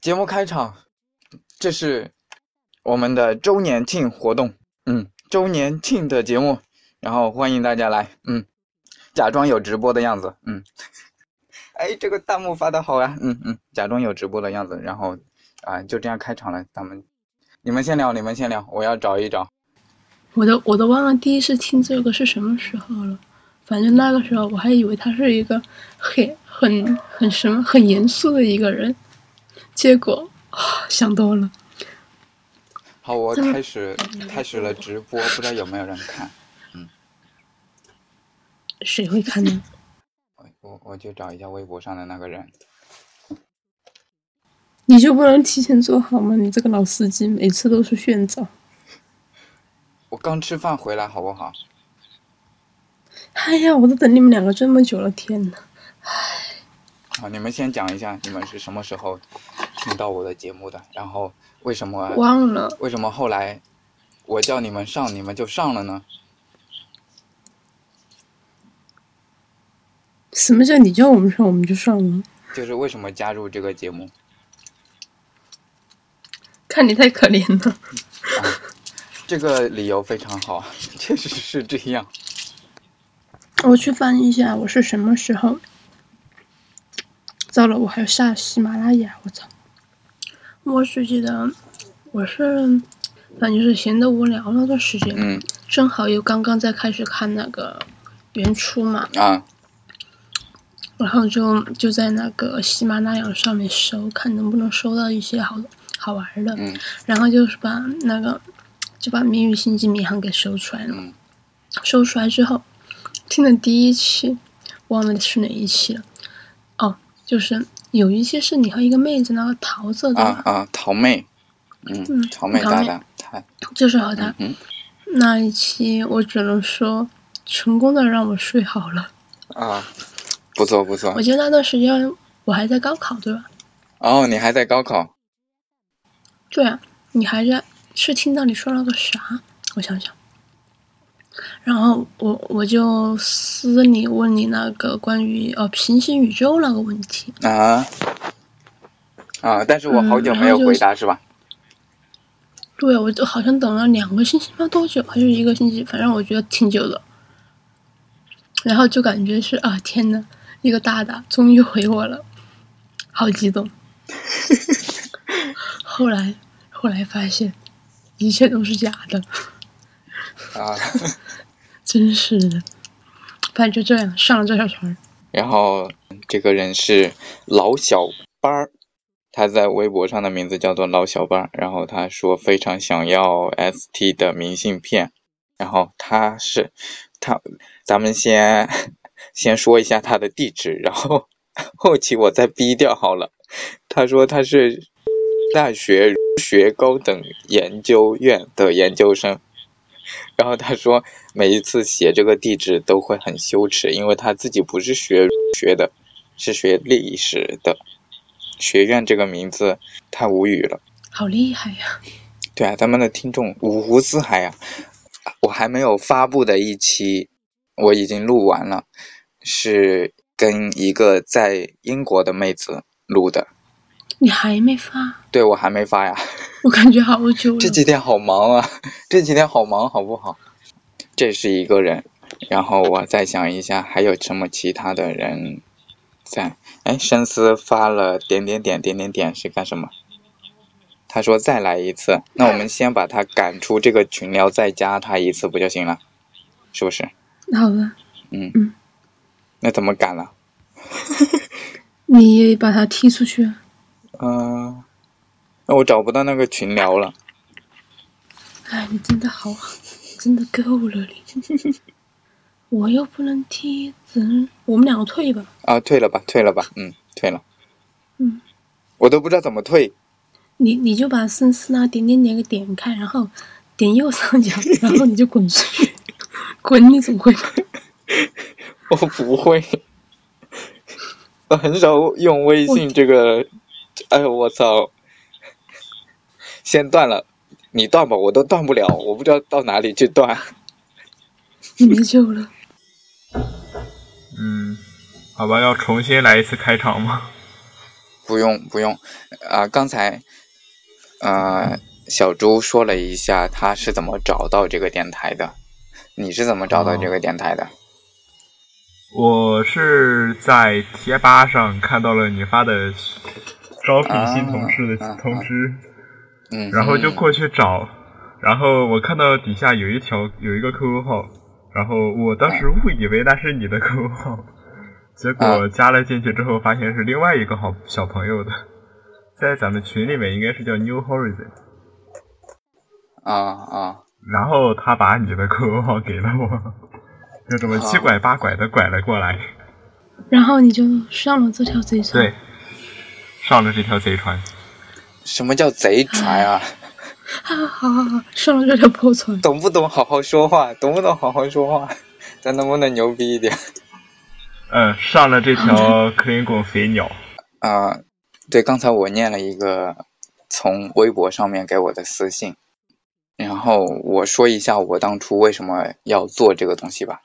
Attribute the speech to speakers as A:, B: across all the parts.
A: 节目开场，这是我们的周年庆活动，嗯，周年庆的节目，然后欢迎大家来，嗯，假装有直播的样子，嗯， 哎，这个弹幕发的好啊，嗯嗯，假装有直播的样子，然后啊、就这样开场了，咱们你们先聊，你们先聊，我要找一找，
B: 我都我都忘了第一次听这个是什么时候了，反正那个时候我还以为他是一个很很很什么很严肃的一个人，结果、啊想多了。
A: 好，我
B: 这么
A: 开始开始了直播，不知道有没有人看，
B: 谁会看呢？
A: 我我我去找一下微博上的那个人，
B: 你就不能提前做好吗？你这个老司机每次都是炫招。
A: 我刚吃饭回来，好不好？
B: 哎呀，我都等你们两个这么久了，天哪！
A: 好，啊你们先讲一下你们是什么时候听到我的节目的，然后为什么
B: 忘了，
A: 为什么后来我叫你们上，你们就上了呢？
B: 什么叫你叫我们上我们就上了？
A: 就是为什么加入这个节目？
B: 看你太可怜了。
A: 这个理由非常好，啊 确实是这样。
B: 我去翻一下，我是什么时候？糟了，我还要下喜马拉雅，我操！我只记得我是，反正就是闲得无聊那段时间，
A: 嗯
B: 正好又刚刚在开始看那个原初嘛，
A: 啊，
B: 然后就就在那个喜马拉雅上面搜，看能不能搜到一些好的好玩的，
A: 嗯
B: 然后就是把那个就把《谜语星际迷航》给搜出来了嘛。
A: 嗯
B: 搜出来之后，听了第一期，忘了是哪一期了。哦，就是有一期是你和一个妹子那个桃子的，
A: 啊啊，桃妹，嗯，
B: 嗯
A: 桃妹
B: 桃
A: 大
B: 妹
A: 大，太，
B: 就是和她、
A: 嗯嗯
B: 那一期，我只能说成功的让我睡好了。
A: 啊，不错不错
B: 我。记得那段时间我还在高考，对吧？
A: 哦，你还在高考？
B: 对啊，你还在是听到你说了个啥？我想想。然后我我就私你问你那个关于哦平行宇宙那个问题，
A: 啊啊，但是我好
B: 嗯
A: 久
B: 然
A: 没有
B: 后就
A: 回
B: 是
A: 答，是吧？
B: 对，我就好像等了两个星期吧，多久还是一个星期，反正我觉得挺久的。然后就感觉是啊，天呐，一个大大终于回我了，好激动。后来，后来发现一切都是假的，
A: 啊。
B: 真是的。反正就这样上了这条船儿。
A: 然后这个人是老小班儿，他在微博上的名字叫做老小班儿。然后他说非常想要 ST 的明信片。然后他是他，咱们先 先说一下他的地址，然后后期我再逼掉好了。他说他是大学学高等研究院的研究生。然后他说，每一次写这个地址都会很羞耻，因为他自己不是学学的，是学历史的。学院这个名字太无语了。
B: 好厉害呀！
A: 对啊，咱们的听众五湖四海啊！我还没有发布的一期，我已经录完了，是跟一个在英国的妹子录的。
B: 你还没发，
A: 对，我还没发呀。
B: 我感觉好久了。
A: 这几天好忙啊，这几天好忙，好不好？这是一个人，然后我再想一下还有什么其他的人在。哎，深思发了点点点点点点是干什么？他说再来一次，那我们先把他赶出这个群聊，再加他一次不就行了？是不是？
B: 好了，
A: 那怎么赶啊了？
B: 你把他踢出去啊。
A: 嗯、那我找不到那个群聊了。
B: 哎，你真的好，真的够了你！我又不能踢，只能我们两个退吧。
A: 啊，退了吧，退了吧，嗯，退了。
B: 嗯，
A: 我都不知道怎么退。
B: 你你就把深思那点点点给点开，然后点右上角，然后你就滚出去，滚你总会吧？
A: 我不会，我很少用微信这个。哎呦，我操！先断了，你断吧，我都断不了，我不知道到哪里去断。
B: 你没救了。
C: 嗯，好吧，要重新来一次开场吗？
A: 不用不用，啊、刚才，呃，小猪说了一下他是怎么找到这个电台的，你是怎么找到这个电台的？
C: 哦我是在贴吧上看到了你发的招聘新同事
A: 啊啊啊
C: 的通知，
A: 嗯，
C: 然后就
A: 嗯
C: 过去找，然后我看到底下有一条有一个 QQ 号，然后我当时误以为那是你的 QQ 号， 结果
A: 啊
C: 加了进去之后发现是另外一个好小朋友的，在咱们群里面应该是叫 New Horizon，
A: 啊啊
C: 然后他把你的 QQ 号给了我， 就这么七拐八拐的拐了过来，
B: 然后你就上了这条贼船。
C: 对，上了这条贼船。
A: 什么叫贼船 啊？
B: 啊，好好好，上了这条破船。
A: 懂不懂好好说话？懂不懂好好说话？咱能不能牛逼一点？
C: 嗯，上了这条
A: 嗯
C: 克林贡飞鸟，
A: 啊、对，刚才我念了一个从微博上面给我的私信，然后我说一下我当初为什么要做这个东西吧。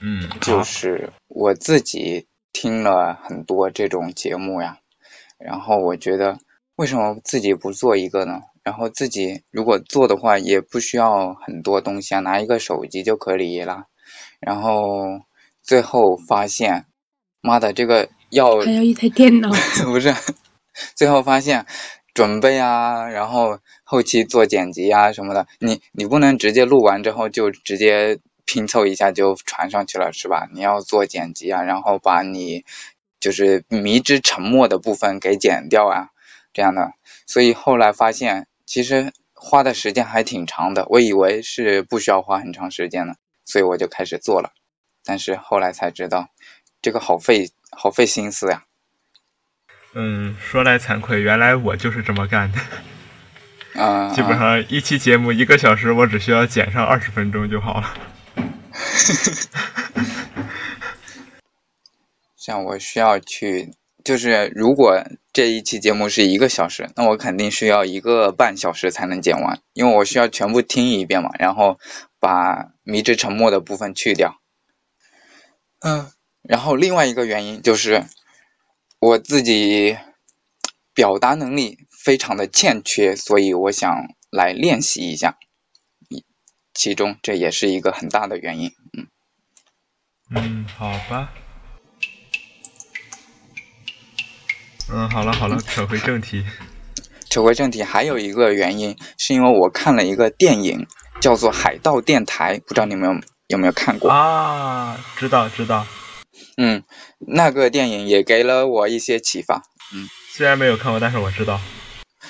C: 嗯，
A: 就
C: 好
A: 是我自己听了很多这种节目呀，然后我觉得为什么自己不做一个呢？然后自己如果做的话，也不需要很多东西啊，拿一个手机就可以啦。然后最后发现，妈的，这个要
B: 还有一台电脑，
A: 不是，最后发现准备啊，然后后期做剪辑啊什么的，你你不能直接录完之后就直接拼凑一下就传上去了，是吧？你要做剪辑啊，然后把你就是迷之沉默的部分给剪掉啊，这样的。所以后来发现，其实花的时间还挺长的，我以为是不需要花很长时间的，所以我就开始做了。但是后来才知道，这个好费好费心思呀、
C: 嗯，说来惭愧，原来我就是这么干的。
A: 啊，
C: 基本上一期节目一个小时，我只需要剪上二十分钟就好了。
A: 像我需要去，就是如果这一期节目是一个小时，那我肯定是要一个半小时才能剪完，因为我需要全部听一遍嘛，然后把迷之沉默的部分去掉。嗯，然后另外一个原因就是我自己表达能力非常的欠缺，所以我想来练习一下，其中这也是一个很大的原因。
C: 嗯，好吧。嗯，好了好了，扯回正题。
A: 扯回正题，还有一个原因是因为我看了一个电影，叫做《海盗电台》，不知道你们有有没有看过？
C: 啊，知道知道，
A: 嗯，那个电影也给了我一些启发。
C: 虽然没有看过，但是我知道。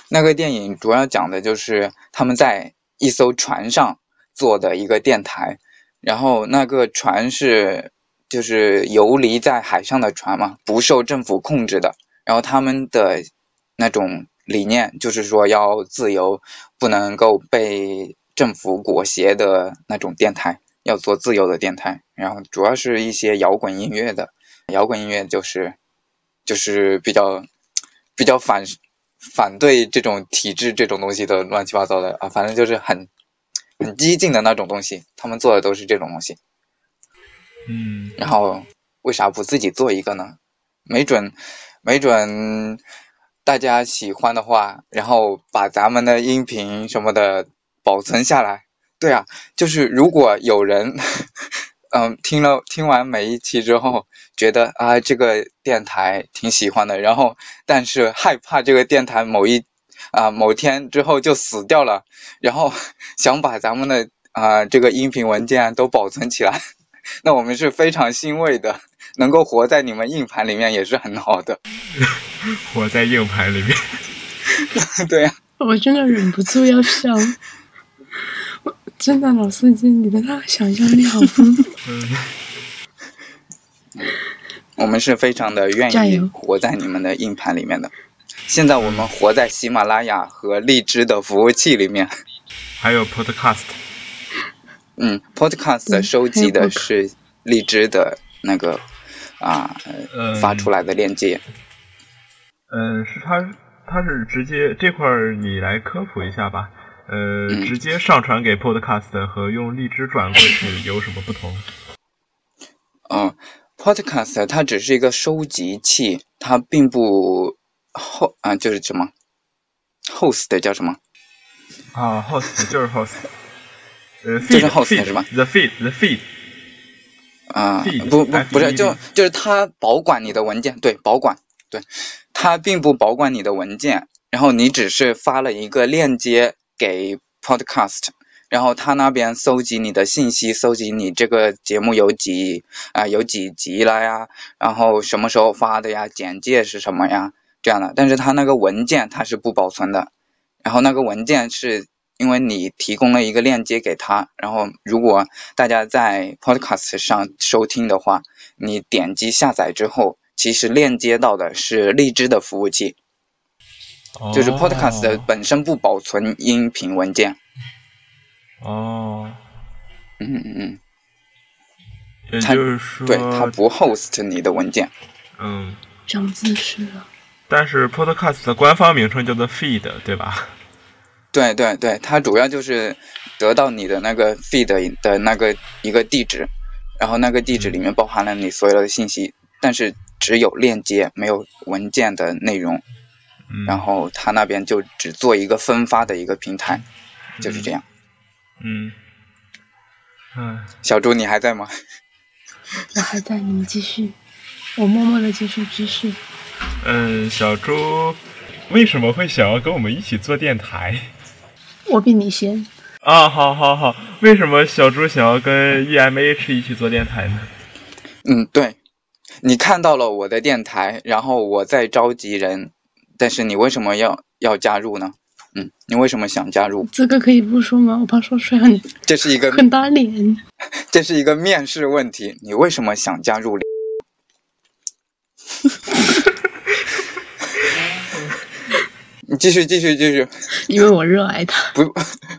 A: 那个电影主要讲的就是他们在一艘船上做的一个电台，然后那个船是就是游离在海上的船嘛，不受政府控制的。然后他们的那种理念就是说要自由，不能够被政府裹挟的那种电台，要做自由的电台。然后主要是一些摇滚音乐的，摇滚音乐就是就是比较比较反反对这种体制这种东西的乱七八糟的啊，反正就是很很激进的那种东西，他们做的都是这种东西。
C: 嗯，
A: 然后为啥不自己做一个呢？没准，没准大家喜欢的话，然后把咱们的音频什么的保存下来。对啊，就是如果有人，嗯，听了听完每一期之后，觉得啊这个电台挺喜欢的，然后但是害怕这个电台某一啊、某天之后就死掉了，然后 想把咱们的啊、这个音频文件啊都保存起来，那我们是非常欣慰的，能够活在你们硬盘里面也是很好的。
C: 我在硬盘里面。
A: 对呀、
B: 我真的忍不住要笑。我真的，老司机，你的那个想象力好 丰富。
A: 我们是非常的愿
B: 加
A: 意
B: 油
A: 活在你们的硬盘里面的。现在我们活在喜马拉雅和荔枝的服务器里面。
C: 还有 Podcast，
A: 嗯，Podcast
B: 嗯
A: 收集
B: 还有
A: 的
B: Podcast
A: 是荔枝的那个啊、
C: 嗯，
A: 发出来的链接。
C: 嗯，是他，他是直接这块儿你来科普一下吧。呃，
A: 嗯
C: 直接上传给 Podcast 和用荔枝转 过去有什么不同？
A: 嗯，Podcast 它只是一个收集器，它并不后啊就是什么 host 叫什么？
C: 啊，host 就是 host，呃
A: 就是
C: ，feed
A: host
C: feed
A: 是吧
C: ？the feed the feed
A: 啊、
C: Feed，
A: 不不不是，
C: F-E-E-D
A: 就就是他保管你的文件，对，保管，对，他并不保管你的文件，然后你只是发了一个链接给 Podcast，然后他那边搜集你的信息，搜集你这个节目有几啊、有几集了呀，然后什么时候发的呀，简介是什么呀，这样的，但是他那个文件他是不保存的，然后那个文件是因为你提供了一个链接给他，然后如果大家在 Podcast 上收听的话，你点击下载之后，其实链接到的是荔枝的服务器，
C: 哦
A: 就是 Podcast 的本身不保存音频文件。
C: 哦，
A: 嗯嗯嗯，
C: 也
A: 它
C: 就是说，
A: 对，它不 host 你的文件。
C: 嗯，
B: 长知识了。
C: 但是 podcast 的官方名称叫做 feed，对吧？
A: 对对对，它主要就是得到你的那个 feed 的那个一个地址，然后那个地址里面包含了你所有的信息，但是只有链接，没有文件的内容。
C: 嗯，
A: 然后它那边就只做一个分发的一个平台，就是这样。
C: 嗯，唉，
A: 小猪，你还在吗？
B: 我还在，你们继续。我默默的接受知识。
C: 嗯，小猪为什么会想要跟我们一起做电台？
B: 我比你先，
C: 啊，好好好，为什么小猪想要跟 EMH 一起做电台呢？
A: 嗯，对，你看到了我的电台，然后我在召集人，但是你为什么要要加入呢？嗯，你为什么想加入？
B: 这个可以不说吗？我怕说出来很
A: 这是一个
B: 很打脸。
A: 这是一个面试问题，你为什么想加入？ 你继续继续继续，
B: 因为我热爱它。
A: 不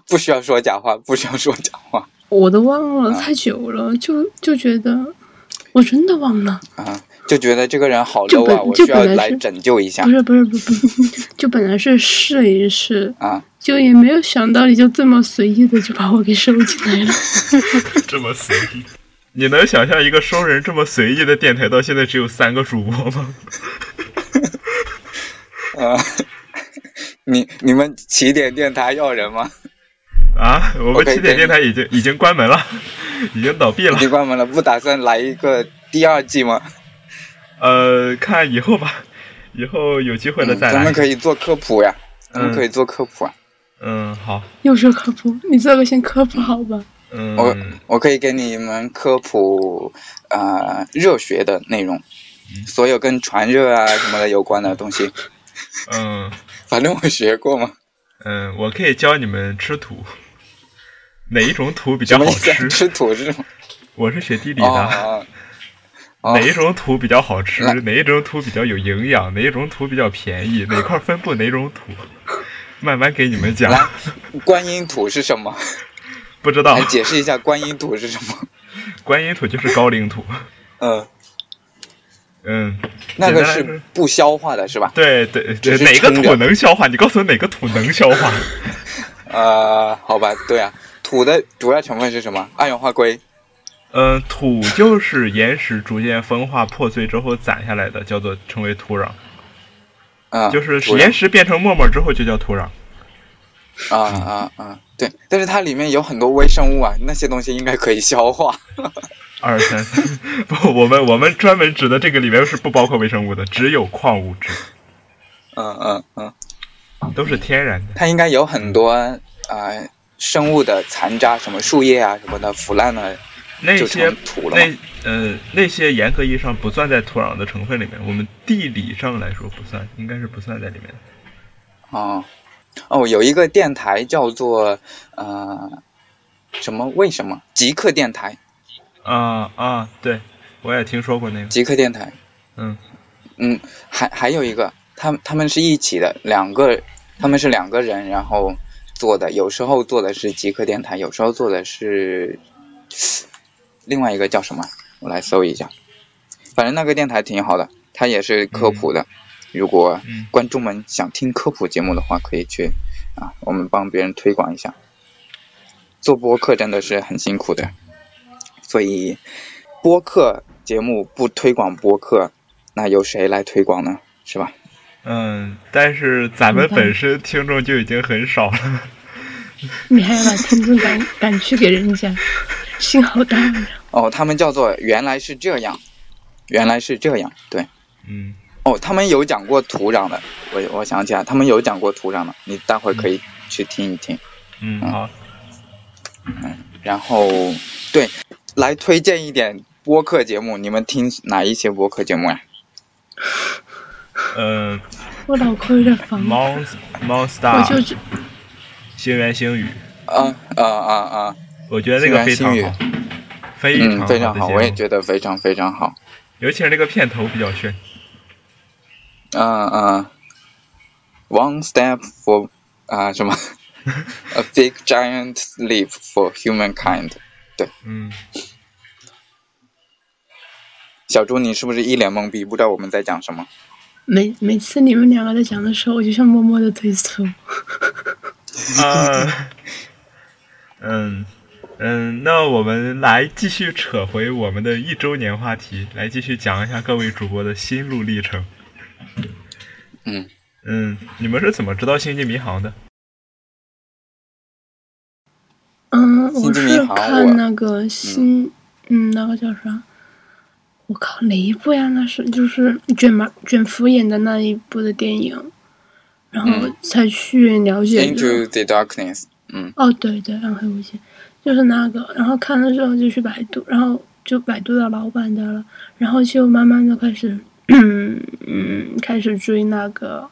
A: 不需要说假话，不需要说假话
B: 我都忘了，
A: 啊
B: 太久了，就就觉得我真的忘了。
A: 啊！就觉得这个人好
B: 就
A: low 啊，
B: 本
A: 我
B: 就
A: 需要
B: 本来
A: 来
B: 是
A: 拯救一下
B: 不是不是不是，不是 就本来是试一试，
A: 啊！
B: 就也没有想到你就这么随意的就把我给收进来了。
C: 这么随意？你能想象一个收人这么随意的电台到现在只有三个主播吗？
A: 啊，你你们起点电台要人吗？
C: 啊，我们
A: OK，嗯
C: 起点
A: 给
C: 电
A: 你
C: 台已经已经关门了， 已经倒闭了
A: 已。经关门了，不打算来一个第二季吗？
C: 呃，看以后吧，以后有机会了
A: 嗯
C: 再
A: 咱们
C: 来。
A: 可以做科普呀，咱们可以做科普啊。
C: 嗯，好，
B: 又是科普，你这个先科普好吧？
A: 我
C: 嗯，
A: 我可以给你们科普啊、呃热学的内容，所有跟传热啊什么的有关的东西，
C: 嗯，
A: 反正我学过嘛。
C: 嗯，我可以教你们吃土，哪一种土比
A: 什
C: 较
A: 么
C: 好
A: 意思啊？
C: 吃？
A: 吃土 是吗？
C: 我是学地理
A: 哦
C: 的，
A: 哦哦
C: 哪一种土比较好吃
A: 来？嗯
C: 哪一种土比较有营养？哪一种土比较便宜？哪块分布哪种土？慢慢给你们讲，
A: 来，观音土是什么？
C: 不知道
A: 来解释一下观音土是什么？
C: 观音土就是高岭土，
A: 嗯，
C: 嗯，
A: 那
C: 简
A: 个
C: 单来
A: 是
C: 说
A: 不消化的是吧？
C: 对对
A: 只
C: 对，
A: 是
C: 哪个
A: 撑着
C: 土能消化？你告诉我哪个土能消化？
A: 呃，好吧，对啊，土的主要成分是什么？二氧化硅。
C: 嗯，土就是岩石逐渐风化破碎之后攒下来的，叫做称为土壤。
A: 啊，
C: 就是
A: 土壤
C: 岩石变成沫沫之后就叫土壤。
A: 啊啊啊！对，但是它里面有很多微生物啊，那些东西应该可以消化。
C: 二三四， 不，我们我们专门指的这个里面是不包括微生物的，只有矿物质，
A: 嗯嗯嗯，
C: 都是天然的。
A: 它应该有很多啊、呃生物的残渣，什么树叶啊什么的腐烂了
C: 那
A: 就
C: 些
A: 成土了嘛。
C: 那呃那些严格意义上不算在土壤的成分里面，我们地理上来说不算，应该是不算在里面的。
A: 哦哦，有一个电台叫做呃什么？为什么极客电台？
C: 啊啊，对，我也听说过那个。
A: 极客电台。
C: 嗯
A: 嗯，还还有一个，他他们是一起的，两个他们是两个人，然后做的，有时候做的是极客电台，有时候做的是另外一个叫什么？我来搜一下，反正那个电台挺好的，它也是科普的。如果
C: 嗯
A: 观众们想听科普节目的话，可以去啊，我们帮别人推广一下。做播客真的是很辛苦的，所以播客节目不推广播客，那由谁来推广呢？是吧？
C: 嗯，但是咱们本身听众就已经很少了，
B: 你还把听众赶赶去给人家，心好大呀！
A: 哦，他们叫做原来是这样，原来是这样，对。
C: 嗯，
A: 哦，他们有讲过土壤的，我我想起来，他们有讲过土壤的，你待会儿可以去听一听。
C: 嗯，好，
A: 然后，对，来推荐一点播客节目，你们听哪一些播客节目呀、
C: 嗯
B: 我脑壳有点烦，
C: ，Mon
B: 我就
C: Monstar
B: 只
C: 星源星语，
A: 啊？啊啊啊！
C: 我觉得那个非常
A: 星源
C: 好，非常
A: 嗯，非常好，
C: 好的节目
A: 我也觉得非常非常好。
C: 尤其是那个片头比较炫。
A: 嗯嗯，One step for 啊什么 ？A big giant leap for humankind。
C: 嗯，
A: 小猪，你是不是一脸懵逼，不知道我们在讲什么？
B: 每每次你们两个在讲的时候，我就像默默的退出。
C: 啊， 嗯嗯，那我们来继续扯回我们的一周年话题，来继续讲一下各位主播的心路历程。
A: 嗯
C: 嗯，你们是怎么知道《星际迷航》的？
B: 嗯，
A: 星
B: 我
A: 际迷
B: 是
A: 航我
B: 看那个新，嗯，那个叫啥？我靠，哪一部呀？那是就是卷毛卷福演的那一部的电影，然后
A: 嗯
B: 才去了解的。
A: Into the darkness。嗯
B: 哦，对对，暗黑无限，就是那个，然后看的时候就去百度，然后就百度到老版的了，然后就慢慢的开始，嗯嗯，开始追那个，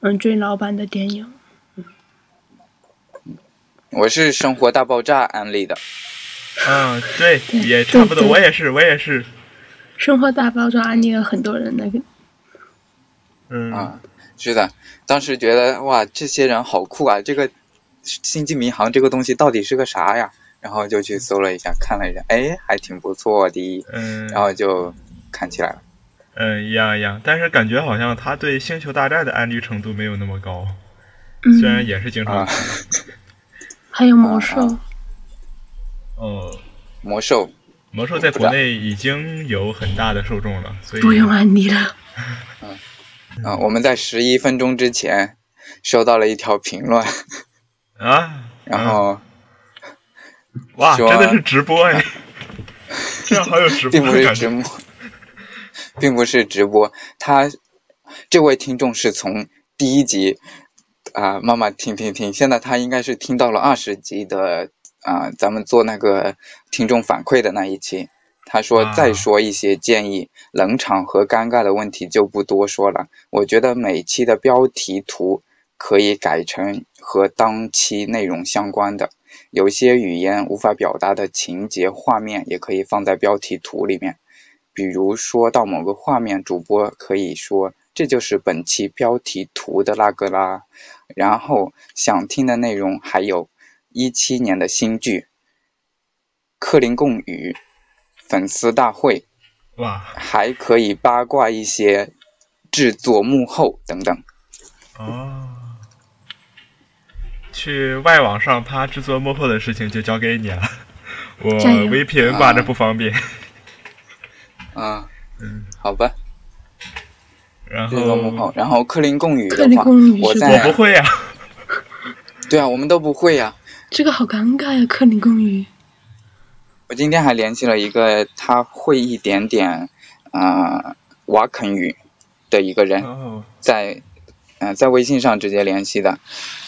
B: 嗯，追老版的电影。
A: 我是《生活大爆炸》安利的。
C: 嗯，对，也差不
B: 啊
C: 多，
B: 对对
C: 我也是，我也是。
B: 生活大爆炸安利了很多人那个，
C: 嗯
A: 啊，是的，当时觉得哇，这些人好酷啊！这个星际迷航这个东西到底是个啥呀？然后就去搜了一下，看了一下，哎，还挺不错的，
C: 嗯
A: 然后就看起来了。
C: 嗯，一样一样，但是感觉好像他对《星球大战》的安利程度没有那么高，虽然
B: 嗯，
C: 也是经常
A: 啊，
B: 还有魔兽，
A: 啊
C: 哦，
A: 魔兽，
C: 魔兽在国内已经有很大的受众了，所以
B: 不用安利了。
C: 嗯
A: 啊，我们在十一分钟之前收到了一条评论，
C: 啊，
A: 然
C: 嗯
A: 后
C: 哇，
A: 说
C: 真的是直 播哎，这样好有直播
A: 并不
C: 的
A: 是
C: 感
A: 直
C: 觉。
A: 播，并不是直播，他这位听众是从第一集啊、慢慢听听听，现在他应该是听到了二十集的啊、咱们做那个听众反馈的那一期，他说
C: 啊
A: 再说一些建议，冷场和尴尬的问题就不多说了。我觉得每期的标题图可以改成和当期内容相关的。有些语言无法表达的情节、画面也可以放在标题图里面。比如说到某个画面，主播可以说这就是本期标题图的那个啦。然后想听的内容还有一七年的新剧《克林贡语》、粉丝大会，
C: 哇，
A: 还可以八卦一些制作幕后等等。
C: 哦，去外网上他制作幕后的事情就交给你了，我
B: 加油
C: VPN 挂着不方便。
A: 啊，
C: 嗯，
A: 好吧，
C: 然
A: 制作幕
C: 后
A: 后。然后克林贡语
B: 克
A: 的
B: 里
A: 话，
B: 公语
A: 我
B: 是
A: 在
B: 吧？
C: 我 不会啊，
A: 对啊，我们都不会呀、
B: 这个好尴尬呀，克里公语。
A: 我今天还联系了一个他会一点点啊、呃瓦肯语的一个人，
C: 哦，
A: 在嗯、呃在微信上直接联系的，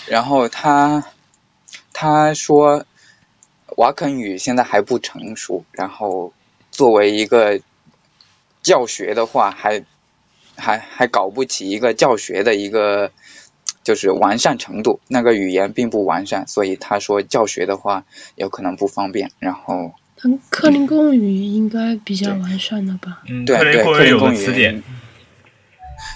A: 然后他他说瓦肯语现在还不成熟，然后作为一个教学的话，还还还搞不起一个教学的一个就是完善程度，那个语言并不完善，所以他说教学的话有可能不方便，然后。
B: 但嗯克林公语应该比较完善了吧？
C: 嗯，
A: 对
C: 克林
A: 对，
C: 公
A: 克
C: 园
A: 林
C: 有
A: 贡
C: 个
A: 语
C: 词典，。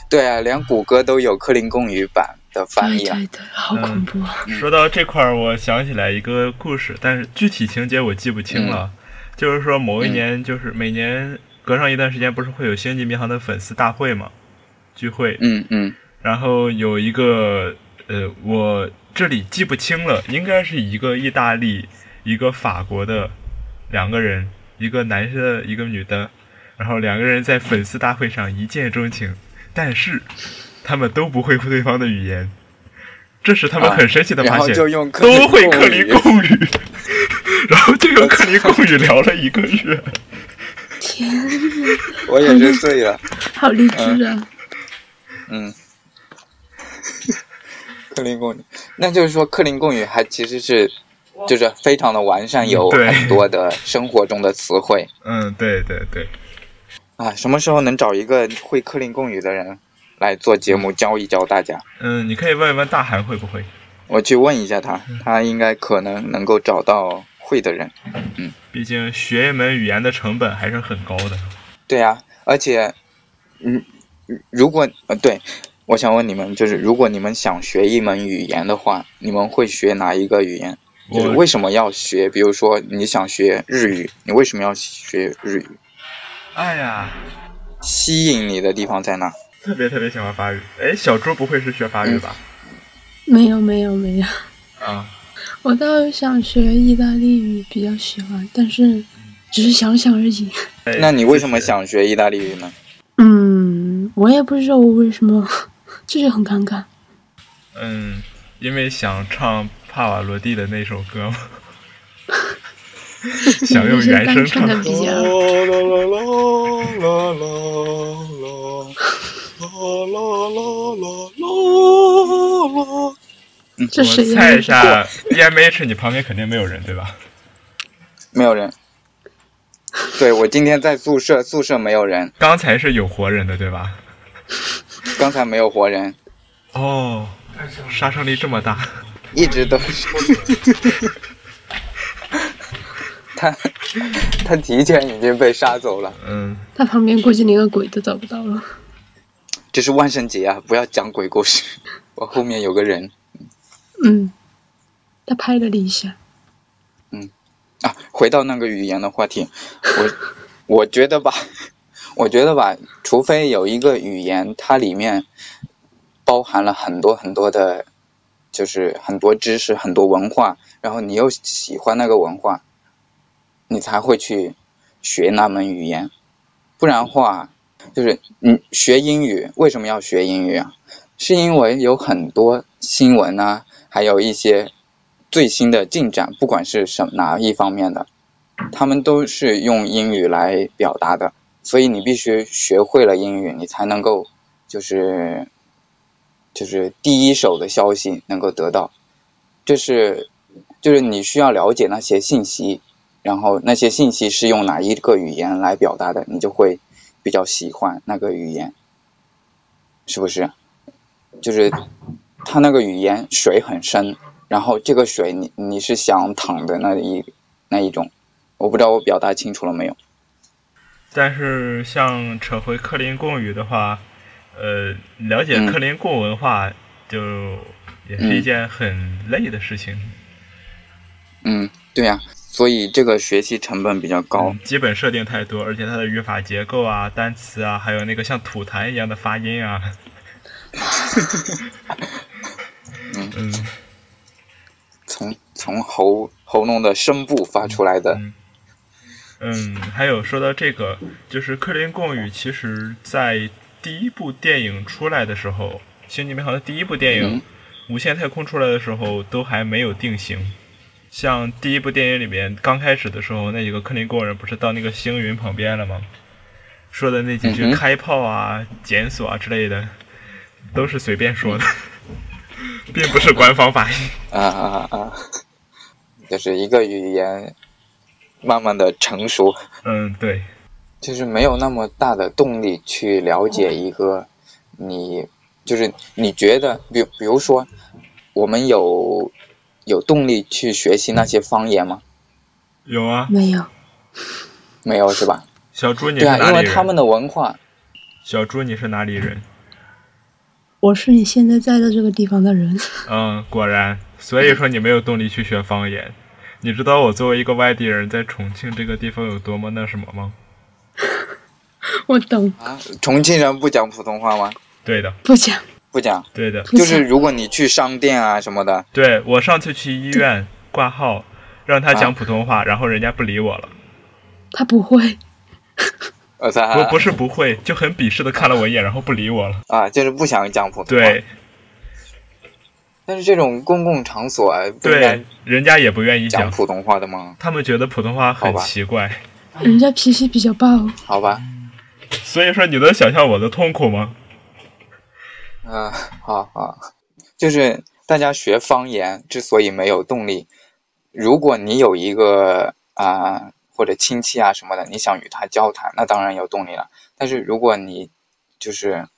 A: 对啊，连谷歌都有克林贡语版的翻
B: 对
A: 译啊。
B: 对对，好
C: 嗯
B: 恐怖啊！
A: 嗯
C: 说到这块儿，我想起来一个故事，但是具体情节我记不清了。
A: 嗯
C: 就是说，某一年，就是每年隔上一段时间，不是会有星际迷航的粉丝大会嘛，聚会。
A: 嗯嗯
C: 然后有一个，呃，我这里记不清了，应该是一个意大利，一个法国的两个人，一个男的，一个女的。然后两个人在粉丝大会上一见钟情，但是他们都不会对方的语言，这时他们很神奇的
A: 然
C: 发
A: 后
C: 现，
A: 就用克
C: 都会克
A: 里
C: 林
A: 贡语
C: 贡语，啊 然后就用克林贡语聊了一个月。
B: 天呐，
A: 我也是醉了。
B: 好励志啊！
A: 嗯，克林贡语，那就是说克林贡语还其实是就是非常的完善，有
C: 对
A: 很多的生活中的词汇
C: 嗯，对对对，
A: 啊。什么时候能找一个会克林贡语的人来做节目教一教大家？
C: 嗯，你可以问一问大韩会不会，
A: 我去问一下他，他应该可能能够找到会的人。
C: 毕竟学一门语言的成本还是很高的。
A: 对呀、而且，嗯，如果呃，对，我想问你们，就是如果你们想学一门语言的话，你们会学哪一个语言？就是
C: 我
A: 为什么要学？比如说你想学日语，你为什么要学日语？
C: 哎呀，
A: 吸引你的地方在哪？
C: 特别特别喜欢法语。哎，小猪不会是学法语吧？
B: 没有没有没有，
C: 啊，
B: 我倒是想学意大利语，比较喜欢，但是只是想想而已。
C: 哎
A: 那你为什么
C: 就是
A: 想学意大利语呢？
B: 嗯，我也不知道我为什么，就是很尴尬。
C: 嗯，因为想唱帕瓦罗蒂的那首歌嘛，想用原声唱
B: 你们是单纯的比较 这
C: 我
B: 谁呀
C: 猜一下，EMH 你旁边肯定没有人对吧？
A: 没有人。 对我今天在宿舍，宿舍没有人，
C: 刚才是有活人的对吧？
A: 刚才没有活人，
C: 哦，杀伤力这么大，
A: 一直都是。他他提前已经被杀走了。
C: 嗯，
B: 他旁边估计连个鬼都找不到了。
A: 这是万圣节啊，不要讲鬼故事。我后面有个人
B: 嗯，他拍了你一下。
A: 啊，回到那个语言的话题，我我觉得吧，我觉得吧，除非有一个语言，它里面包含了很多很多的，就是很多知识、很多文化，然后你又喜欢那个文化，你才会去学那门语言。不然的话，就是你学英语为什么要学英语啊？是因为有很多新闻啊，还有一些最新的进展，不管是什哪一方面的，他们都是用英语来表达的，所以你必须学会了英语，你才能够就是就是第一手的消息能够得到，这是就是你需要了解那些信息，然后那些信息是用哪一个语言来表达的，你就会比较喜欢那个语言，是不是？就是它那个语言水很深，然后这个水你你是想淌的那一那一种，我不知道我表达清楚了没有？
C: 但是像扯回克林贡语的话，呃，了解
A: 嗯
C: 克林贡文化就也是一件很累的事情，
A: 嗯，对呀、所以这个学习成本比较高。
C: 嗯基本设定太多，而且它的语法结构啊、单词啊，还有那个像吐痰一样的发音啊，嗯，
A: 从从喉喉咙的声部发出来的。
C: 嗯，还有说到这个，就是克林贡语，其实在第一部电影出来的时候，《星际迷航》的第一部电影《
A: 嗯
C: 无限太空》出来的时候，都还没有定型。像第一部电影里面刚开始的时候，那几个克林贡人不是到那个星云旁边了吗？说的那几
A: 嗯
C: 句
A: 哼
C: 开炮啊、检索啊之类的，都是随便说的， 并不是官方发音。
A: 啊啊啊！ 就是一个语言慢慢的成熟，
C: 嗯，对，
A: 就是没有那么大的动力去了解一个你，就是你觉得，比比如说，我们有有动力去学习那些方言吗？
C: 有啊，
B: 没有，
A: 没有是吧？
C: 小猪你是
A: 对啊，
C: 哪
A: 因为
C: 里
A: 他们
C: 人？
A: 的文化，
C: 小猪你是哪里人？
B: 我是你现在在的这个地方的人。
C: 嗯，果然，所以说你没有动力去学方言。你知道我作为一个外地人，在重庆这个地方有多么那什么吗？
B: 我懂，
A: 重庆人不讲普通话吗？
C: 对的，
B: 不讲，
A: 不讲，
C: 对的，
B: 不
A: 就
B: 讲。
A: 是如果你去商店啊什么的，
C: 对我上次去医院挂号，让他
A: 啊
C: 讲普通话，然后人家不理我了。
B: 他不会，
A: 我操！
C: 不不是不会，就很鄙视的看了我一眼，然后不理 我了。
A: 啊，就是不想讲普通话。
C: 对
A: 但是这种公共场所啊不应该
C: 对，人家也不愿意
A: 讲
C: 讲，
A: 普通话的吗？
C: 他们觉得普通话
A: 好
C: 很
A: 吧
C: 奇怪。
B: 人家脾气比较暴，
A: 好吧，
C: 所以说，你能想象我的痛苦吗？
A: 嗯、好好，就是大家学方言之所以没有动力，如果你有一个啊、或者亲戚啊什么的，你想与他交谈，那当然有动力了。但是如果你就是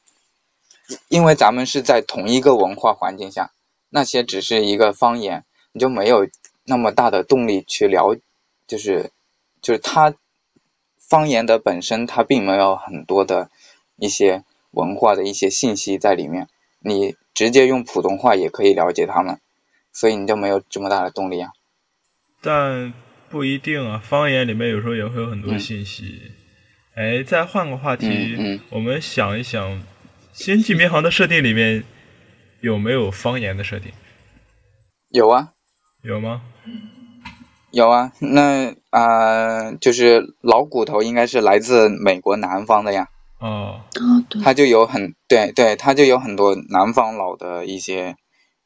A: 因为咱们是在同一个文化环境下，那些只是一个方言，你就没有那么大的动力去聊，就是就是它方言的本身，它并没有很多的一些文化的一些信息在里面，你直接用普通话也可以了解他们，所以你就没有这么大的动力啊。
C: 但不一定啊，方言里面有时候也会有很多信息。哎，再换个话题，
A: 嗯嗯
C: 我们想一想，《星际迷航》的设定里面有没有方言的设定？
A: 有啊，
C: 有吗？
A: 有啊，那呃，就是老骨头应该是来自美国南方的呀，
C: 哦，
B: 哦，对，
A: 它就有很对对，它就有很多南方佬的一些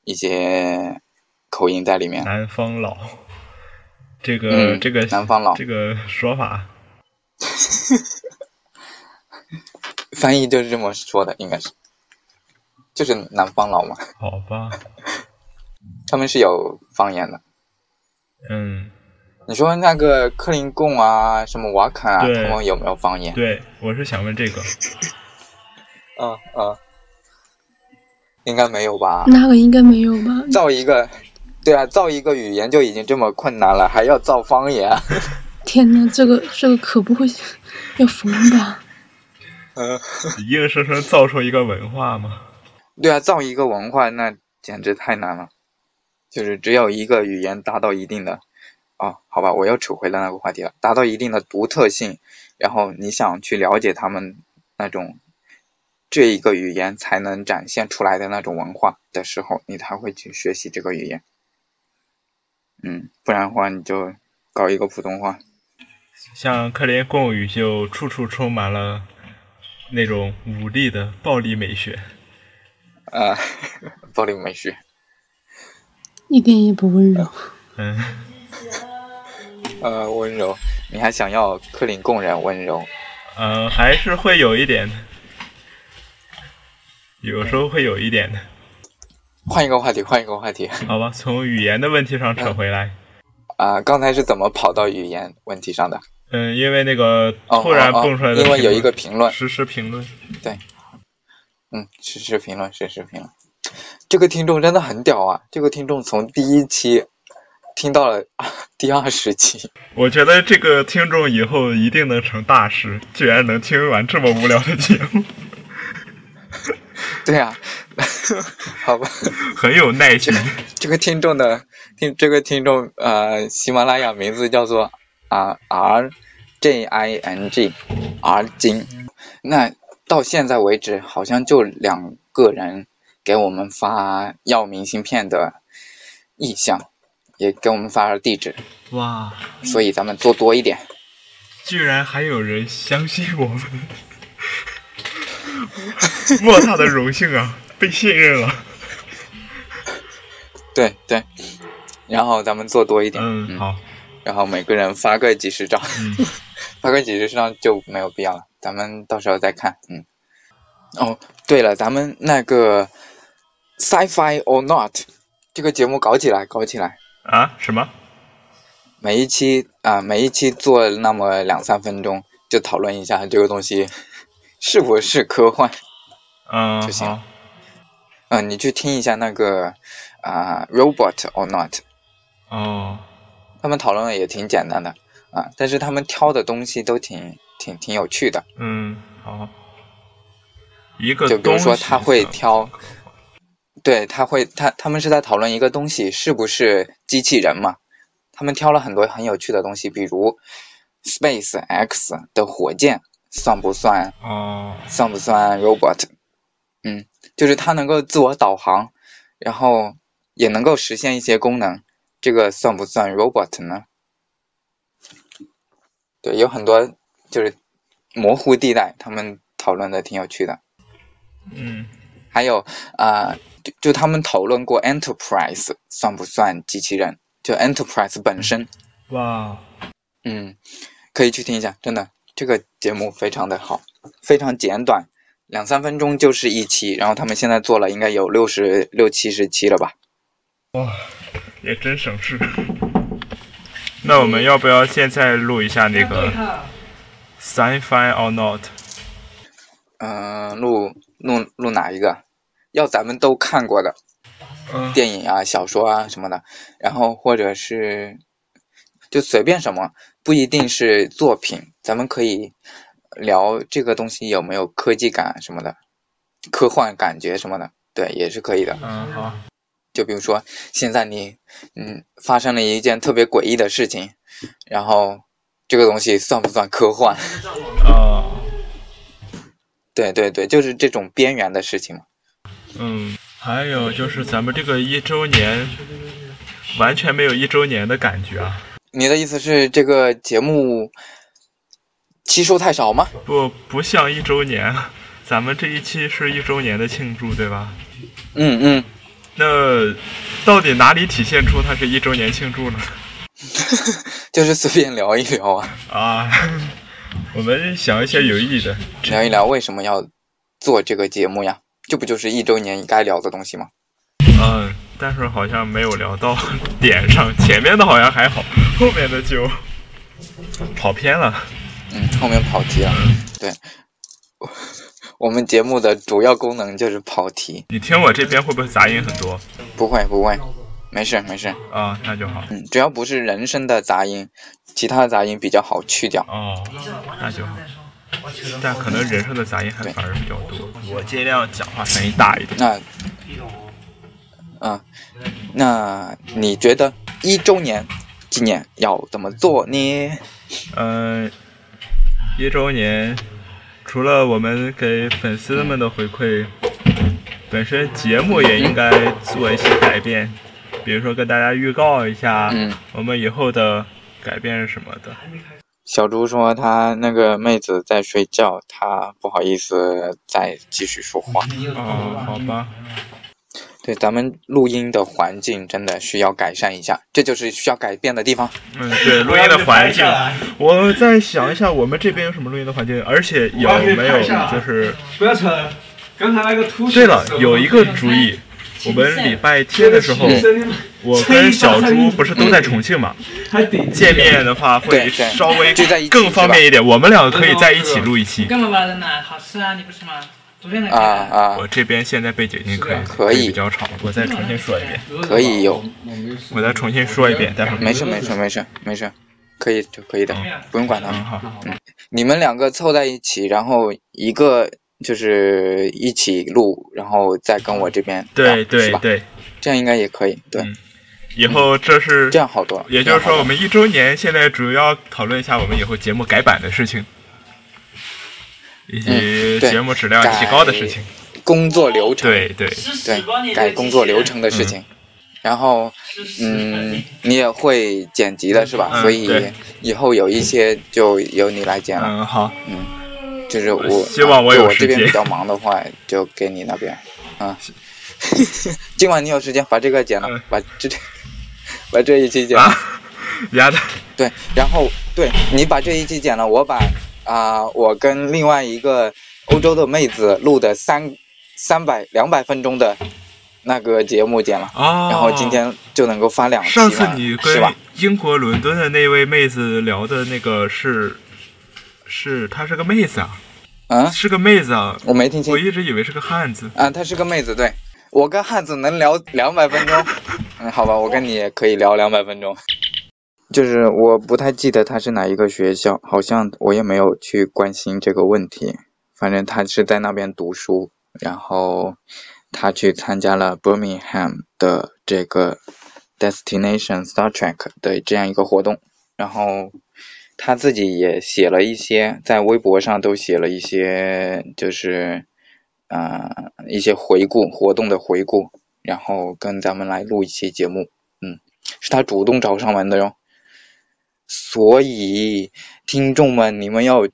A: 一些口音在里面。
C: 南方佬，这个、
A: 嗯
C: 这个
A: 南方佬
C: 这个说法，
A: 翻译就是这么说的，应该是，就是南方佬嘛，
C: 好吧？
A: 他们是有方言的。
C: 嗯，
A: 你说那个克林贡啊，什么瓦肯啊，
C: 对
A: 他们有没有方言？
C: 对，我是想问这个。
A: 嗯嗯，应该没有吧？
B: 那个应该没有吧？
A: 造一个，对啊，造一个语言就已经这么困难了，还要造方言。
B: 天哪，这个这个可不会 要疯吧？
A: 嗯，
C: 硬生生造出一个文化吗？
A: 对啊，造一个文化那简直太难了，就是只有一个语言达到一定的，哦，好吧，我又扯回了那个话题了，达到一定的独特性，然后你想去了解他们那种这一个语言才能展现出来的那种文化的时候，你才会去学习这个语言。嗯，不然的话你就搞一个普通话。
C: 像克林贡语就处处充满了那种武力的暴力美学。
A: 啊，暴力美学。
B: 一点也不温柔，
C: 嗯，
A: 呃，温柔，你还想要克林贡人温柔？
C: 呃，还是会有一点的，有时候会有一点的。
A: 换一个话题，换一个话题。
C: 好吧，从语言的问题上扯回来。
A: 啊、刚才是怎么跑到语言问题上的？
C: 嗯，因为那个
A: 哦，
C: 突然
A: 哦哦
C: 蹦出来的
A: 因
C: 评论、
A: 为有一个评论，
C: 实时评论，
A: 嗯，实时评论，实时评论。这个听众真的很屌啊！这个听众从第一期听到了、 啊、第二十期，
C: 我觉得这个听众以后一定能成大师，居然能听完这么无聊的节目，
A: 对啊， 好吧，
C: 很有耐心。
A: 这个听众的听这个听众呃，喜马拉雅名字叫做啊、R J I N G R 金，那到现在为止好像就两个人给我们发要明信片的意向，也给我们发了地址，
C: 哇，
A: 所以咱们做多一点。
C: 居然还有人相信我们， 莫大的荣幸啊！被信任了。
A: 对对，然后咱们做多一点，
C: 嗯，好，
A: 然后每个人发个几十张，
C: 嗯，
A: 发个几十张就没有必要了，咱们到时候再看，嗯。哦，对了，咱们那个《Sci-Fi or Not》这个节目搞起来，搞起来，
C: 啊，什么？
A: 每一期啊、每一期做那么两三分钟，就讨论一下这个东西 是不是科幻。
C: 嗯，
A: 就行
C: 好，
A: 嗯、你去听一下那个啊、Robot or Not》，
C: 哦，
A: 他们讨论的也挺简单的啊，但是他们挑的东西都挺挺挺有趣的。
C: 嗯，好。一个
A: 就比如说
C: 东西
A: 他会
C: 上
A: 挑对，他会他他们是在讨论一个东西是不是机器人嘛？他们挑了很多很有趣的东西，比如 Space X 的火箭算不算
C: 哦，
A: 算不算 robot？嗯，就是它能够自我导航，然后也能够实现一些功能，这个算不算 robot 呢？对，有很多就是模糊地带，他们讨论的挺有趣的。
C: 嗯，
A: 还有啊、呃就就他们讨论过 Enterprise 算不算机器人？就 Enterprise 本身，
C: 哇，
A: 嗯，可以去听一下，真的，这个节目非常的好，非常简短，两三分钟就是一期。然后他们现在做了应该有六十六七十期了吧？
C: 也真省事。那我们要不要现在录一下那个 sci-fi or not？
A: 嗯、录录录哪一个？要咱们都看过的
C: 嗯
A: 电影啊、小说啊什么的，然后或者是就随便什么，不一定是作品，咱们可以聊这个东西有没有科技感什么的，科幻感觉什么的，对，也是可以的。
C: 嗯，好，
A: 就比如说，现在你嗯发生了一件特别诡异的事情，然后这个东西算不算科幻？
C: 哦，
A: 对对对，就是这种边缘的事情嘛。
C: 嗯，还有就是咱们这个一周年，完全没有一周年的感觉啊。
A: 你的意思是这个节目期数太少吗？
C: 不不像一周年，咱们这一期是一周年的庆祝，对吧？
A: 嗯嗯，
C: 那到底哪里体现出它是一周年庆祝呢？
A: 就是随便聊一聊啊，
C: 啊，我们想一些有意义的。
A: 聊一聊为什么要做这个节目呀？这不就是一周年该聊的东西吗？
C: 嗯，但是好像没有聊到点上，前面的好像还好，后面的就跑偏了。
A: 嗯，后面跑题了。对，我们节目的主要功能就是跑题，
C: 你听我这边会不会杂音很多
A: 不会不会，没事没事。
C: 啊？那就好。
A: 嗯，只要不是人声的杂音，其他的杂音比较好去掉。
C: 哦，那就好。但可能人声的杂音还反而比较多，我尽量讲话声音大一点。
A: 那，嗯，那你觉得一周年纪念要怎么做呢？
C: 嗯，一周年，除了我们给粉丝们的回馈，本身节目也应该做一些改变，比如说跟大家预告一下
A: 嗯
C: 我们以后的改变是什么的。
A: 小猪说他那个妹子在睡觉，他不好意思再继续说话。
C: 哦，好吧，
A: 对，咱们录音的环境真的需要改善一下，这就是需要改变的地方。
C: 嗯，对，录音的环境，我再想一下我们这边有什么录音的环境，而且有没有就是
D: 不要扯了，刚才那个突袭
C: 对
D: 的
C: 了
D: 时候。，
C: 有一个主意，我们礼拜天的时候，
D: 嗯
C: 我跟小猪不是都在重庆嘛，
D: 还顶
C: 见面的话会
A: 对对
C: 稍微
A: 聚在一起
C: 更方便一点，我们两个可以在一起录一期。
E: 干嘛玩的呢？好吃啊，你不吃吗？昨天才
A: 啊啊
C: 我，这边现在背景音可以
A: 可以
C: 比较吵，我再重新说一遍，
A: 可以有，
D: 嗯
C: 我再重新说一遍，待会儿
A: 没事没事没事没事，可以就可以的，不用管他
C: 嗯
A: 们。
C: 好，
A: 你们两个凑在一起，然后一个就是一起录，然后再跟我这边
C: 对
A: 打
C: 对
A: 是吧？
C: 对，
A: 这样应该也可以，对，
C: 嗯以后这是
A: 嗯这，样好多了。
C: 也就
A: 这
C: 是
A: 样
C: 说
A: 好
C: 我们一周年现在主要讨论一下我们以后节目改版的事情，以及
A: 嗯对
C: 节目质量提高的事情。
A: 多了工作流程，
C: 对嗯对，
A: 对，改工作流程的事情。然后，嗯，你也会剪辑的是吧？
C: 嗯
A: 所以
C: 对
A: 以后有一些就由你来剪了。
C: 嗯好，
A: 就是我
C: 嗯希望我
A: 我
C: 有
A: 这边
C: 时间
A: 比较忙的话，就给你那边啊。 今晚你有时间把这个剪了
C: 嗯，
A: 把这 把这一期剪了。
C: 啊 丫的，
A: 对，然后对你把这一期剪了，我把啊、我跟另外一个欧洲的妹子录的三三百两百分钟的那个节目剪了，
C: 哦，
A: 然后今天就能够发两期
C: 上次
A: 了，
C: 你
A: 是
C: 跟
A: 吧？
C: 英国伦敦的那位妹子聊的那个是，是她是个妹子啊，
A: 嗯，
C: 是个妹子啊，
A: 我没听清
C: 我一直以为是个汉子。
A: 啊，她是个妹子，对。我跟汉子能聊两百分钟，嗯，好吧，我跟你也可以聊两百分钟。就是我不太记得他是哪一个学校，好像我也没有去关心这个问题。反正他是在那边读书，然后他去参加了 Birmingham 的这个 Destination Star Trek 的这样一个活动，然后他自己也写了一些，在微博上都写了一些，就是啊、呃一些回顾活动的回顾，然后跟咱们来录一期节目，嗯，是他主动找上门的哟，所以听众们你们要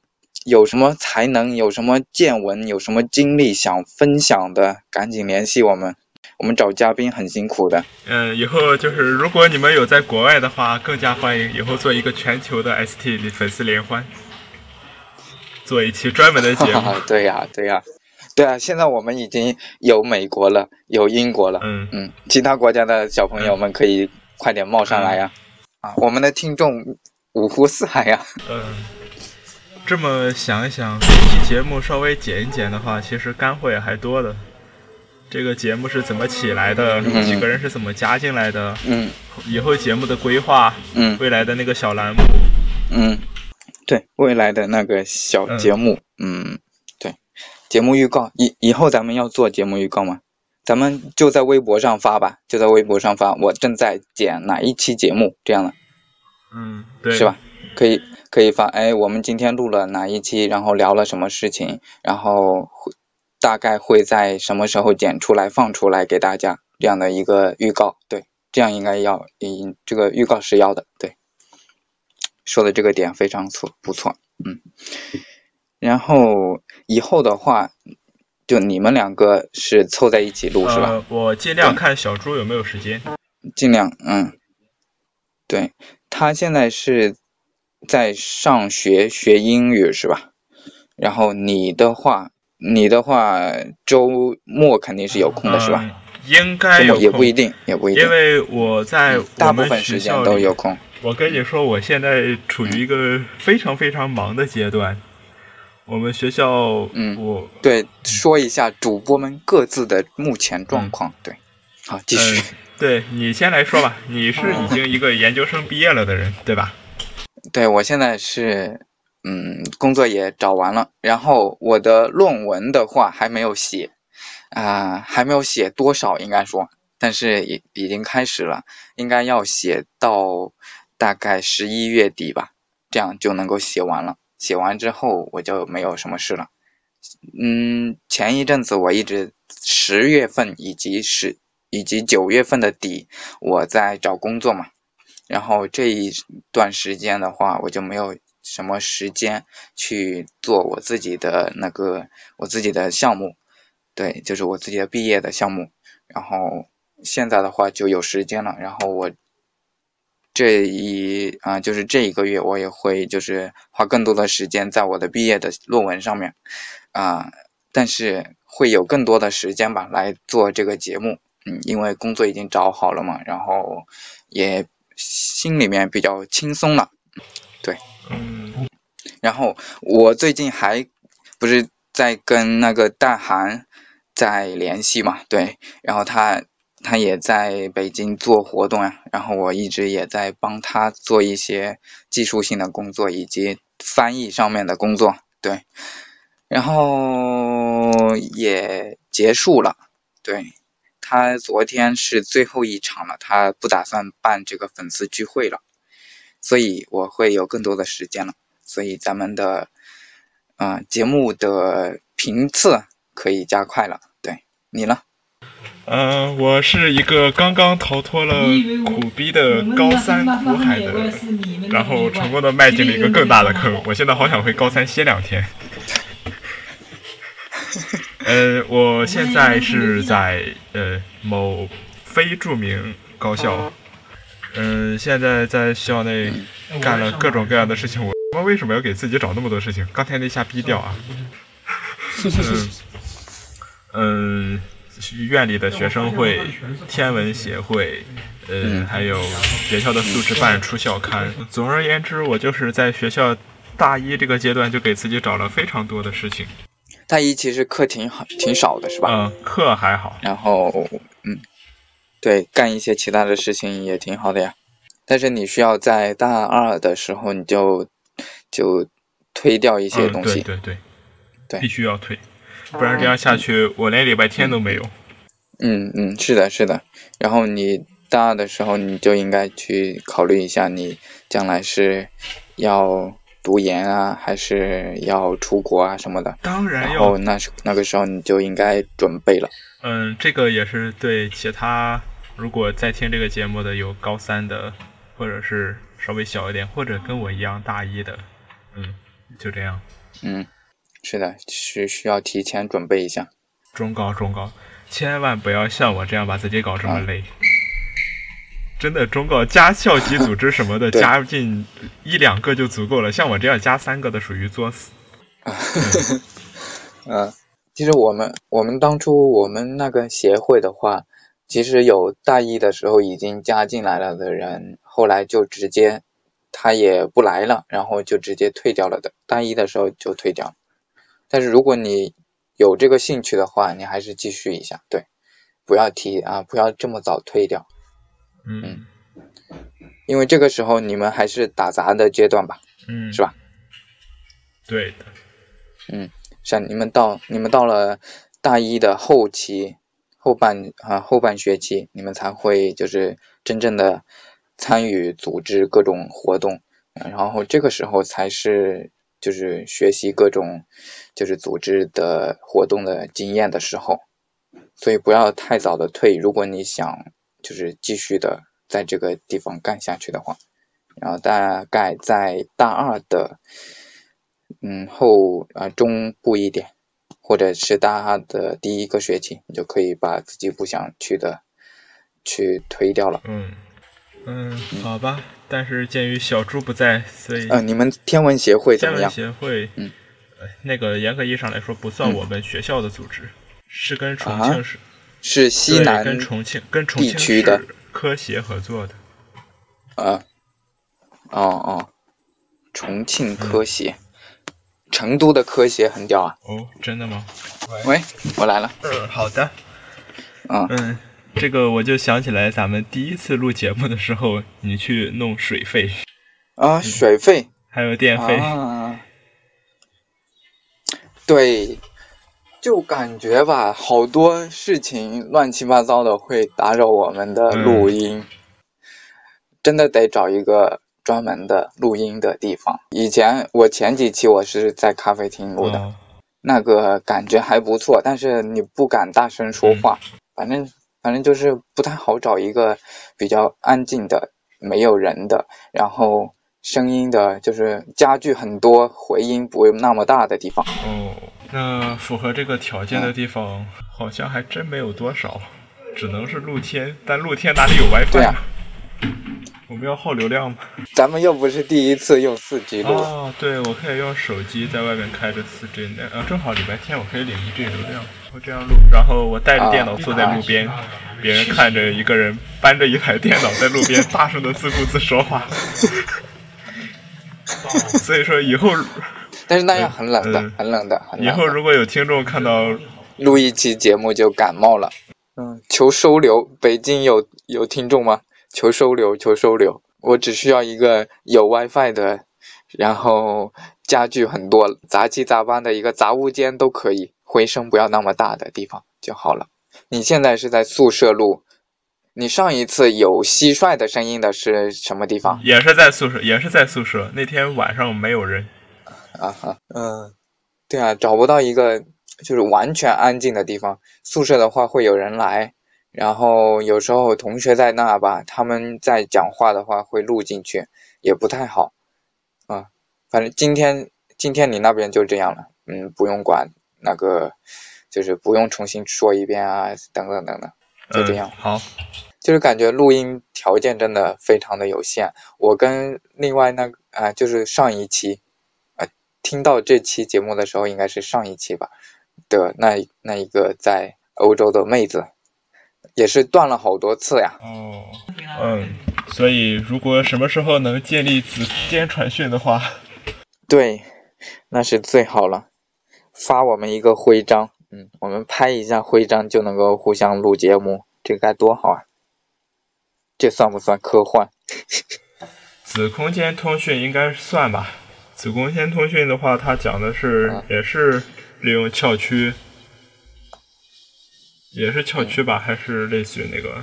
A: 有什么才能、有什么见闻、有什么经历想分享的，赶紧联系我们。我们找嘉宾很辛苦的。
C: 嗯，以后就是如果你们有在国外的话，更加欢迎以后做一个全球的 ST 的粉丝联欢，做一期专门的节
A: 哈
C: 目。
A: 哈，对呀、对呀、对啊！现在我们已经有美国了，有英国了，
C: 嗯，
A: 嗯，其他国家的小朋友们可以快点冒上来呀、啊！我们的听众五湖四海呀、
C: 嗯，这么想一想，这期节目稍微剪一剪的话，其实干货也还多的。这个节目是怎么起来的？
A: 嗯
C: 几个人是怎么加进来的？
A: 嗯
C: 以后节目的规划，
A: 嗯
C: 未来的那个小栏目，
A: 嗯，对，未来的那个小节目，嗯，对，节目预告，以以后咱们要做节目预告吗？咱们就在微博上发吧，就在微博上发，我正在剪哪一期节目，这样的。
C: 嗯，对，
A: 是吧？？可以可以发，哎，我们今天录了哪一期，然后聊了什么事情，然后会大概会在什么时候剪出来放出来给大家这样的一个预告，对，这样应该要，嗯，这个预告是要的，对，说的这个点非常错，不错，嗯，然后以后的话，就你们两个是凑在一起录、是吧？
C: 呃，我尽量看小猪有没有时间。
A: 尽量，嗯，对，他现在是在上学学英语是吧？然后你的话，你的话周末肯定是有空的是吧？
C: 嗯？应该
A: 周末
C: 有空，
A: 也不一定，也不一定嗯
C: 因，为我在
A: 大
C: 我
A: 部
C: 们
A: 分
C: 学
A: 时间
C: 校
A: 都
C: 里
A: 有空。
C: 我跟你说，我现在处于一个非常非常忙的阶段。我们学校，
A: 嗯
C: 我呃
A: 对，说一下主播们各自的目前状况。对，好，继续。
C: 嗯对你先来说吧，你是已经一个研究生毕业了的人，
A: 哦
C: 对吧？
A: 对我现在是，嗯，工作也找完了，然后我的论文的话还没有写，啊、还没有写多少应该说，但是已已经开始了，应该要写到大概十一月底吧，这样就能够写完了。写完之后我就没有什么事了。嗯，前一阵子我一直十月份以及十以及九月份的底我在找工作嘛，然后这一段时间的话，我就没有什么时间去做我自己的那个我自己的项目，对，就是我自己的毕业的项目。然后现在的话就有时间了，然后我这一啊、就是这一个月我也会就是花更多的时间在我的毕业的论文上面啊、但是会有更多的时间吧来做这个节目。嗯，因为工作已经找好了嘛，然后也心里面比较轻松了。
C: 嗯，
A: 然后我最近还不是在跟那个大韩在联系嘛，对，然后他他也在北京做活动呀、然后我一直也在帮他做一些技术性的工作以及翻译上面的工作，对，然后也结束了，对。他昨天是最后一场了，他不打算办这个粉丝聚会了，所以我会有更多的时间了。所以咱们的啊、呃节目的频次可以加快了。对你呢？
C: 呃，我是一个刚刚逃脱了
E: 你以为
C: 苦
E: 我
C: 逼的高三苦海的人，然后成功的迈进了一个更大的坑。我现在好想回高三歇两天。呃，我现在是在呃某非著名高校，嗯、现在在校内干了各种各样的事情。我他妈为什么要给自己找那么多事情？刚才那下逼掉啊！ 嗯嗯，院里的学生会、天文协会，呃，
A: 嗯
C: 还有学校的素质办出校刊。总而言之，我就是在学校大一这个阶段就给自己找了非常多的事情。
A: 大一其实课挺好，挺少的，是吧？
C: 嗯，课还好，
A: 然后，嗯，对，干一些其他的事情也挺好的呀。但是你需要在大二的时候，你就就推掉一些
C: 嗯，
A: 东
C: 对
A: 西。
C: 对对，
A: 对
C: 必须要退，不然这样下去，我连礼拜天都没有。
A: 嗯嗯，是的，是的。然后你大二的时候，你就应该去考虑一下，你将来是要读研啊，还是要出国啊什么的。
C: 当然
A: 然
C: 要
A: 后那是那个时候你就应该准备了。
C: 嗯，这个也是对其他如果在听这个节目的有高三的，或者是稍微小一点，或者跟我一样大一的，嗯，就这样。
A: 嗯，是的，是需要提前准备一下。
C: 中高中高，千万不要像我这样把自己搞这
A: 嗯
C: 么累。真的，中高加校级组织什么 的，
A: 对
C: 加进一两个就足够了。像我这样加三个的，属于作死。
A: 嗯，其实我们我们当初我们那个协会的话，其实有大一的时候已经加进来了的人，后来就直接他也不来了，然后就直接退掉了的。大一的时候就退掉了。但是如果你有这个兴趣的话，你还是继续一下，对，不要提啊，不要这么早退掉，
C: 嗯
A: 因为这个时候你们还是打杂的阶段吧。
C: 嗯，
A: 是吧？
C: 对的，
A: 像你们到你们到了大一的后期后半啊后半学期，你们才会就是真正的参与组织各种活动，嗯然后这个时候才是就是学习各种就是组织的活动的经验的时候，所以不要太早的退，如果你想就是继续的在这个地方干下去的话，然后大概在大二的。嗯后啊、呃中部一点，或者是大二的第一个学期，你就可以把自己不想去的去推掉了。
C: 嗯嗯，好吧。但是鉴于小猪不在，所以
A: 呃，你们天文协会怎
C: 嗯天
A: 么
C: 文
A: 样？
C: 协会，
A: 嗯
C: 呃，那个严格意义上来说不算我们学校的组织，是跟重
A: 啊
C: 庆市
A: 是西
C: 对，
A: 南
C: 跟重庆跟重
A: 地
C: 庆
A: 区
C: 市
A: 的
C: 科协合作的。
A: 呃，哦哦，重庆科协，
C: 嗯
A: 成都的科协很屌啊！
C: 哦，真的吗？
A: 喂，我来了，
C: 嗯，好的。
A: 嗯
C: 嗯，这个我就想起来咱们第一次录节目的时候，你去弄水费，嗯
A: 啊，水费
C: 还有电费。
A: 啊，对，就感觉吧，好多事情乱七八糟的会打扰我们的录音，真的得找一个专门的录音的地方。以前我前几期我是在咖啡厅录的，
C: 哦
A: 那个感觉还不错，但是你不敢大声说
C: 嗯
A: 话，反正反正就是不太好找一个比较安静的、没有人的，然后声音的，就是家具很多，回音不会那么大的地方。
C: 哦，那符合这个条件的地方好像还真没有多少，只能是露天，但露天哪里有 WiFi
A: 对啊
C: 我们要耗流量吗？
A: 咱们又不是第一次用四 G 录，
C: 哦，对，我可以用手机在外面开着四 G 呢，啊，正好礼拜天我可以领一 G 流量，我这样录，然后我带着电脑坐
A: 啊
C: 在路边，别人看着一个人搬着一台电脑在路 边大声的自顾自说话，所以说以后
A: 但是那样很冷的，
C: 嗯
A: 很冷的，很
C: 以
A: 冷
C: 后
A: 的。
C: 如果有听众看到，
A: 录一期节目就感冒了。嗯，求收留，北京有有听众吗？求收留，求收留，我只需要一个有 WiFi 的，然后家具很多，杂七杂八的一个杂物间都可以，回声不要那么大的地方就好了。你现在是在宿舍录，你上一次有蟋蟀的声音的是什么地方
C: 也是在宿舍，也是在宿舍，那天晚上没有人，
A: 啊？哈，嗯，对啊，找不到一个就是完全安静的地方。宿舍的话会有人来，然后有时候同学在那吧，他们在讲话的话会录进去，也不太好啊。反正今天今天你那边就这样了，嗯，不用管那个，就是不用重新说一遍啊，等等等等，就这样。
C: 嗯，好，
A: 就是感觉录音条件真的非常的有限。我跟另外那个啊、就是上一期，啊、听到这期节目的时候应该是上一期吧的那一那一个在欧洲的妹子，也是断了好多次呀。
C: 哦，嗯，所以如果什么时候能建立子间传讯的话。
A: 对，那是最好了，发我们一个徽章，嗯，我们拍一下徽章就能够互相录节目，这该多好啊！这算不算科幻？
C: 子空间通讯应该算吧。子空间通讯的话，它讲的是
A: 啊
C: 也是利用翘曲，也是翘曲吧，
A: 嗯
C: 还是类似于那个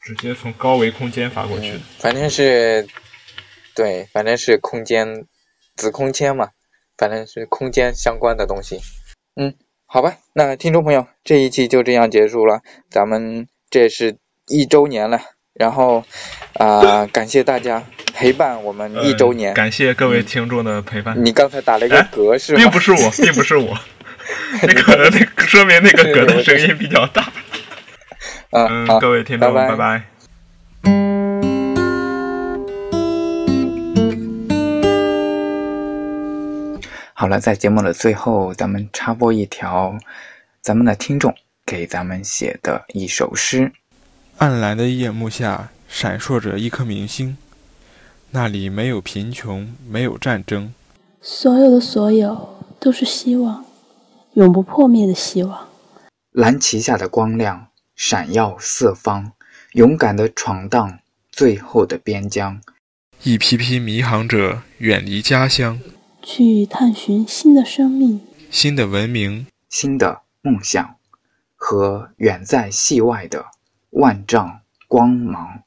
C: 直接从高维空间发过去
A: 嗯，反正是，对，反正是空间，子空间嘛，反正是空间相关的东西。嗯，好吧，那听众朋友，这一期就这样结束了，咱们这是一周年了，然后啊、感谢大家陪伴我们一周年。
F: 呃感谢各位听众的陪伴，
A: 你刚才打了一个
F: 哎
A: 嗝是吗？
F: 并不是 我，并不是我，那个那个说明那个嗝的声音比较大。
A: 嗯，
F: 嗯
A: 好，，
F: 各位听众，
A: 拜拜
F: 拜拜
A: 好了，在节目的最后，咱们插播一条咱们的听众给咱们写的一首诗。
C: 暗蓝的夜幕下闪烁着一颗明星，那里没有贫穷，没有战争，
B: 所有的所有都是希望，永不破灭的希望。
A: 蓝旗下的光亮闪耀四方，勇敢的闯荡最后的边疆。
C: 一批批迷航者远离家乡，
B: 去探寻新的生命，
C: 新的文明。
A: 新的梦想和远在系外的万丈光芒。